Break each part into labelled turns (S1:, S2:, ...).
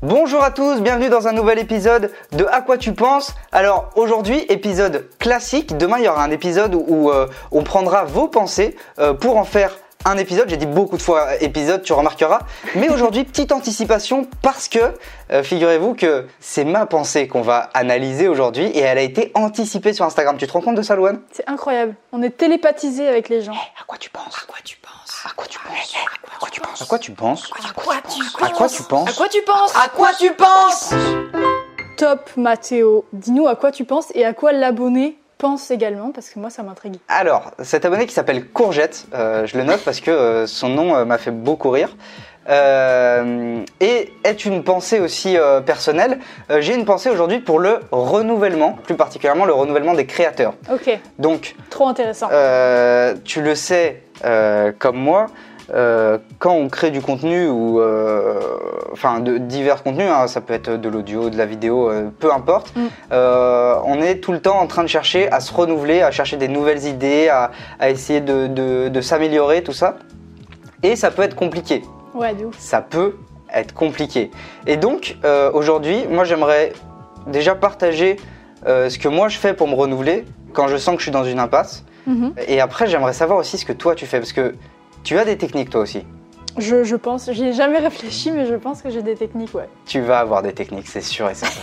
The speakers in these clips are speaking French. S1: Bonjour à tous, bienvenue dans un nouvel épisode de À quoi tu penses Alors aujourd'hui épisode classique, demain il y aura un épisode où, où, euh, on prendra vos pensées euh, pour en faire un épisode, j'ai dit beaucoup de fois euh, épisode, tu remarqueras, mais aujourd'hui petite anticipation parce que euh, figurez-vous que c'est ma pensée qu'on va analyser aujourd'hui et elle a été anticipée sur Instagram, tu te rends compte de ça Louane
S2: C'est incroyable. On est télépathisé avec les gens.
S1: Eh, À quoi tu penses
S3: À quoi tu penses Ah, eh,
S1: À quoi tu penses
S3: À quoi tu penses
S1: À quoi tu penses
S3: À quoi tu penses
S1: À quoi tu
S2: À
S1: penses
S2: quoi tu penses
S3: À quoi tu penses
S2: Top Mathéo. Dis-nous à quoi tu penses et à quoi l'abonné pense également parce que moi ça m'intrigue.
S1: Alors, cet abonné qui s'appelle Courgette, euh, je le note parce que euh, son nom euh, m'a fait beaucoup rire. Euh, et est une pensée aussi euh, personnelle. Euh, J'ai une pensée aujourd'hui pour le renouvellement, plus particulièrement le renouvellement des créateurs.
S2: Ok,
S1: Donc,
S2: trop intéressant.
S1: euh, tu le sais euh, comme moi, euh, quand on crée du contenu ou euh, enfin de divers contenus, hein, ça peut être de l'audio, de la vidéo, euh, peu importe,
S2: Mm.
S1: euh, on est tout le temps en train de chercher à se renouveler, à chercher des nouvelles idées, à, à essayer de, de- de s'améliorer, tout ça. Et ça peut être compliqué.
S2: Ouais, de ouf.
S1: Ça peut être compliqué. Et donc euh, aujourd'hui, moi j'aimerais déjà partager euh, ce que moi je fais pour me renouveler quand je sens que je suis dans une impasse.
S2: Mhm.
S1: Et après, j'aimerais savoir aussi ce que toi tu fais, parce que tu as des techniques toi aussi.
S2: Je, je pense, j'y ai jamais réfléchi, mais je pense que j'ai des techniques, ouais.
S1: Tu vas avoir des techniques, c'est sûr et certain.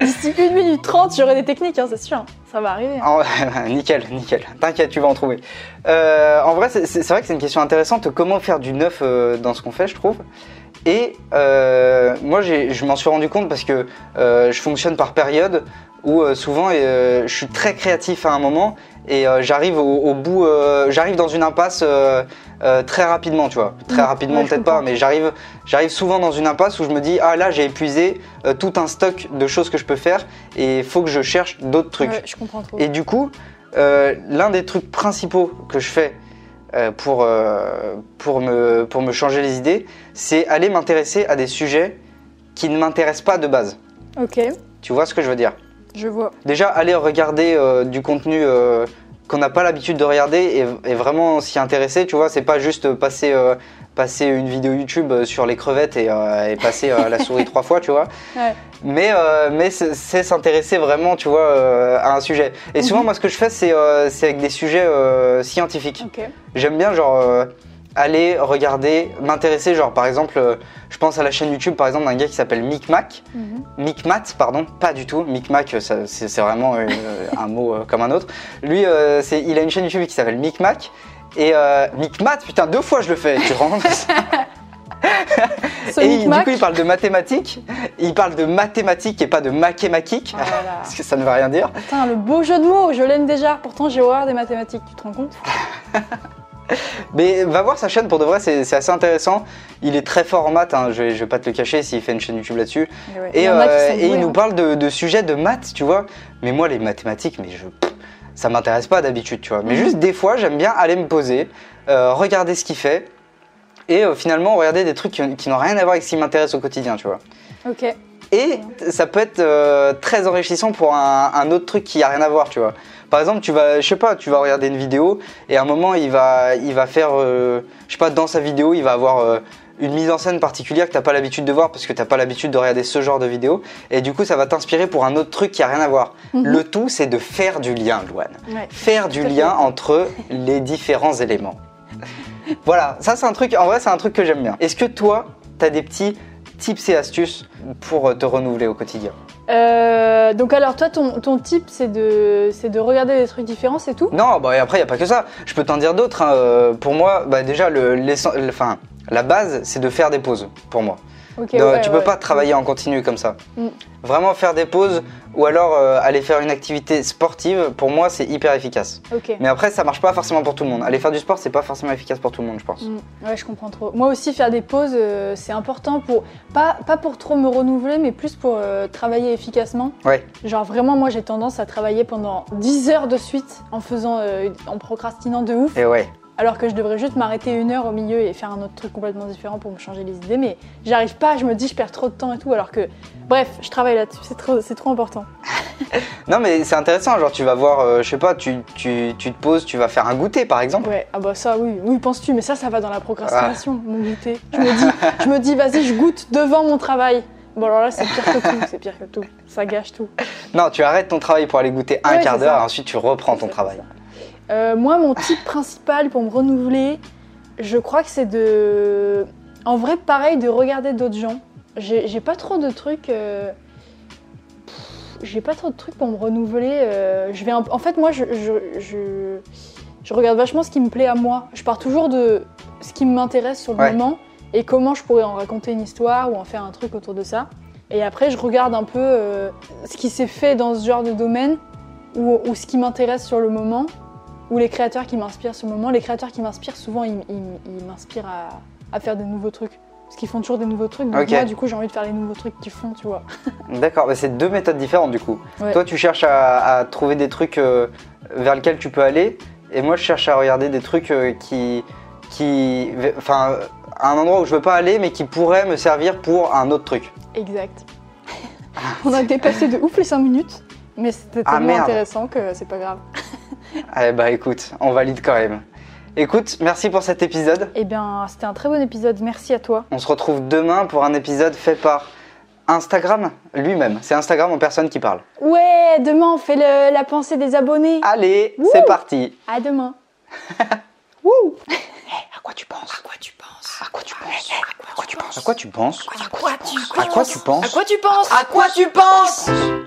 S2: D'ici 1 minute 30, j'aurai des techniques, hein, c'est sûr. hein. Ça va arriver. hein.
S1: En- nickel, nickel. T'inquiète, tu vas en trouver. Euh, en vrai, c'est c'est- c'est vrai que c'est une question intéressante. Comment faire du neuf euh, dans ce qu'on fait, je trouve. Et euh, moi, j'ai- je m'en suis rendu compte parce que euh, je fonctionne par période où euh, souvent euh, je suis très créatif à un moment et euh, j'arrive au, au bout, euh, j'arrive dans une impasse euh, euh, très rapidement, tu vois. Très
S2: Mhm.
S1: rapidement,
S2: Ouais, je
S1: peut-être
S2: comprends.
S1: pas, mais j'arrive, j'arrive souvent dans une impasse où je me dis ah là j'ai épuisé euh, tout un stock de choses que je peux faire et faut que je cherche d'autres trucs.
S2: Ouais, je comprends trop.
S1: Et du coup, euh, l'un des trucs principaux que je fais euh, pour, euh, pour, me, pour me changer les idées, c'est aller m'intéresser à des sujets qui ne m'intéressent pas de base.
S2: Ok,
S1: Tu vois ce que je veux dire
S2: je vois.
S1: Déjà, aller regarder euh, du contenu euh, qu'on n'a pas l'habitude de regarder et, et vraiment s'y intéresser, tu vois, c'est pas juste passer, euh, passer une vidéo YouTube euh, sur les crevettes et, euh, et passer euh, la souris trois fois, tu vois.
S2: Ouais.
S1: Mais, euh, mais c'est c'est s'intéresser vraiment, tu vois, euh, à un sujet. Et souvent,
S2: Mhm.
S1: moi, ce que je fais, c'est euh, c'est avec des sujets euh, scientifiques.
S2: Ok.
S1: J'aime bien, genre, euh, aller regarder, m'intéresser, genre, par exemple, euh, je pense à la chaîne YouTube, par exemple, d'un gars qui s'appelle Micmac.
S2: Mhm.
S1: Micmat, pardon, pas du tout. Micmac, euh, ça, c'est c'est vraiment euh, un mot euh, comme un autre. Lui, euh, c'est- il a une chaîne YouTube qui s'appelle Micmac. Et euh, Micmat, putain, deux fois je le fais, tu te rends compte Et
S2: Sonic
S1: il- du
S2: Mac.
S1: coup, il parle de mathématiques. Il parle de mathématiques et pas de maquémaquique.
S2: Ah là là.
S1: Parce que ça ne veut rien dire.
S2: Putain, le beau jeu de mots, je l'aime déjà. Pourtant, j'ai horreur des mathématiques, tu te rends compte
S1: Mais va voir sa chaîne, pour de vrai, c'est c'est assez intéressant. Il est très fort en maths, hein, je, vais, je vais pas te le cacher s'il fait une chaîne YouTube là-dessus.
S2: Mais ouais,
S1: Et,
S2: y en a qui
S1: euh,
S2: sont
S1: et il
S2: doués,
S1: nous
S2: hein.
S1: parle de, de sujets de maths, tu vois. Mais moi, les mathématiques, mais je, pff, ça m'intéresse pas d'habitude, tu vois. Mais
S2: Mhm.
S1: juste des fois, j'aime bien aller me poser, euh, regarder ce qu'il fait, et euh, finalement regarder des trucs qui, qui n'ont rien à voir avec ce qui m'intéresse au quotidien, tu vois.
S2: hein. Ok.
S1: Et t- ça peut être euh, très enrichissant pour un, un autre truc qui a rien à voir, tu vois. Par exemple, tu vas, je sais pas, tu vas regarder une vidéo et à un moment il va, il va faire, euh, je sais pas, dans sa vidéo il va avoir euh, une mise en scène particulière que t'as pas l'habitude de voir parce que t'as pas l'habitude de regarder ce genre de vidéo et du coup ça va t'inspirer pour un autre truc qui a rien à voir.
S2: Mhm.
S1: Le tout c'est de faire du lien, Loane.
S2: Ouais.
S1: Faire du
S2: Tout à fait.
S1: lien entre les différents éléments. voilà, ça c'est un truc, en vrai c'est un truc que j'aime bien. Est-ce que toi, t'as des petits tips et astuces pour te renouveler au quotidien
S2: Euh, donc alors toi, ton, ton type, c'est de, c'est de regarder des trucs différents, c'est tout
S1: Non, bah et après, il n'y a pas que ça. Je peux t'en dire d'autres. hein. Euh, Pour moi, bah, déjà, le, l'essen- le- enfin, la base, c'est de faire des pauses, pour moi.
S2: Ok.
S1: Non,
S2: ouais,
S1: tu peux
S2: ouais.
S1: pas travailler en continu comme ça.
S2: Mm.
S1: Vraiment faire des pauses ou alors euh, aller faire une activité sportive, pour moi, c'est hyper efficace.
S2: Ok.
S1: Mais après, ça marche pas forcément pour tout le monde. Aller faire du sport, c'est pas forcément efficace pour tout le monde, je pense.
S2: Mm, Ouais, je comprends trop. Moi aussi, faire des pauses, euh, c'est important pour pas, pas pour trop me renouveler, mais plus pour euh, travailler efficacement.
S1: Ouais.
S2: Genre vraiment, moi, j'ai tendance à travailler pendant 10 heures de suite en faisant, euh, en procrastinant de ouf.
S1: Et ouais.
S2: alors que je devrais juste m'arrêter une heure au milieu et faire un autre truc complètement différent pour me changer les idées, mais j'arrive pas, je me dis je perds trop de temps et tout, alors que bref, je travaille là-dessus, c'est trop, c'est trop important.
S1: Non, mais c'est intéressant. Genre, tu vas voir, euh, je sais pas, tu, tu, tu te poses, tu vas faire un goûter par exemple.
S2: Ouais, ah bah ça oui, oui penses-tu, mais ça ça va dans la procrastination,
S1: Ah.
S2: mon goûter. Je me dis, je me dis vas-y, je goûte devant mon travail. Bon alors là c'est pire que tout, c'est pire que tout, ça gâche tout.
S1: Non, tu arrêtes ton travail pour aller goûter un
S2: Ouais,
S1: quart
S2: c'est
S1: d'heure,
S2: ça.
S1: et ensuite tu reprends ton
S2: C'est
S1: travail.
S2: ça. Euh, moi, mon type principal pour me renouveler, je crois que c'est de. En vrai, pareil, de regarder d'autres gens. J'ai j'ai pas trop de trucs. euh, pff, J'ai pas trop de trucs pour me renouveler. euh, Je vais un- En fait, moi, je, je, je- je regarde vachement ce qui me plaît à moi. Je pars toujours de ce qui m'intéresse sur le
S1: Ouais.
S2: moment et comment je pourrais en raconter une histoire ou en faire un truc autour de ça. Et après, je regarde un peu euh, ce qui s'est fait dans ce genre de domaine ou, ou ce qui m'intéresse sur le moment, ou les créateurs qui m'inspirent sur le moment. Les créateurs qui m'inspirent, souvent, ils, ils- ils m'inspirent à, à faire des nouveaux trucs. Parce qu'ils font toujours des nouveaux trucs. Donc
S1: Ok.
S2: moi, du coup, j'ai envie de faire les nouveaux trucs qu'ils font, tu vois.
S1: D'accord, bah, c'est deux méthodes différentes du coup.
S2: Ouais.
S1: Toi, tu cherches à, à trouver des trucs euh, vers lesquels tu peux aller, et moi, je cherche à regarder des trucs euh, qui, qui, enfin, euh, à un endroit où je veux pas aller, mais qui pourrait me servir pour un autre truc.
S2: Exact. On a dépassé de ouf les 5 minutes, mais c'était
S1: Ah,
S2: tellement
S1: merde.
S2: intéressant que c'est pas grave.
S1: Eh bah, écoute, on valide quand même. Écoute, merci pour cet épisode.
S2: Eh bien, c'était un très bon épisode. Merci à toi.
S1: On se retrouve demain pour un épisode fait par Instagram lui-même. C'est Instagram en personne qui parle.
S2: Ouais, demain, on fait le- la pensée des abonnés.
S1: Ah. Allez,
S2: Wouh
S1: c'est parti.
S2: À demain.
S1: À quoi tu penses
S3: À quoi tu penses
S1: À quoi tu penses
S3: À quoi tu penses
S1: À quoi tu penses
S3: À quoi tu penses
S1: À quoi tu penses
S3: À quoi tu penses À quoi tu penses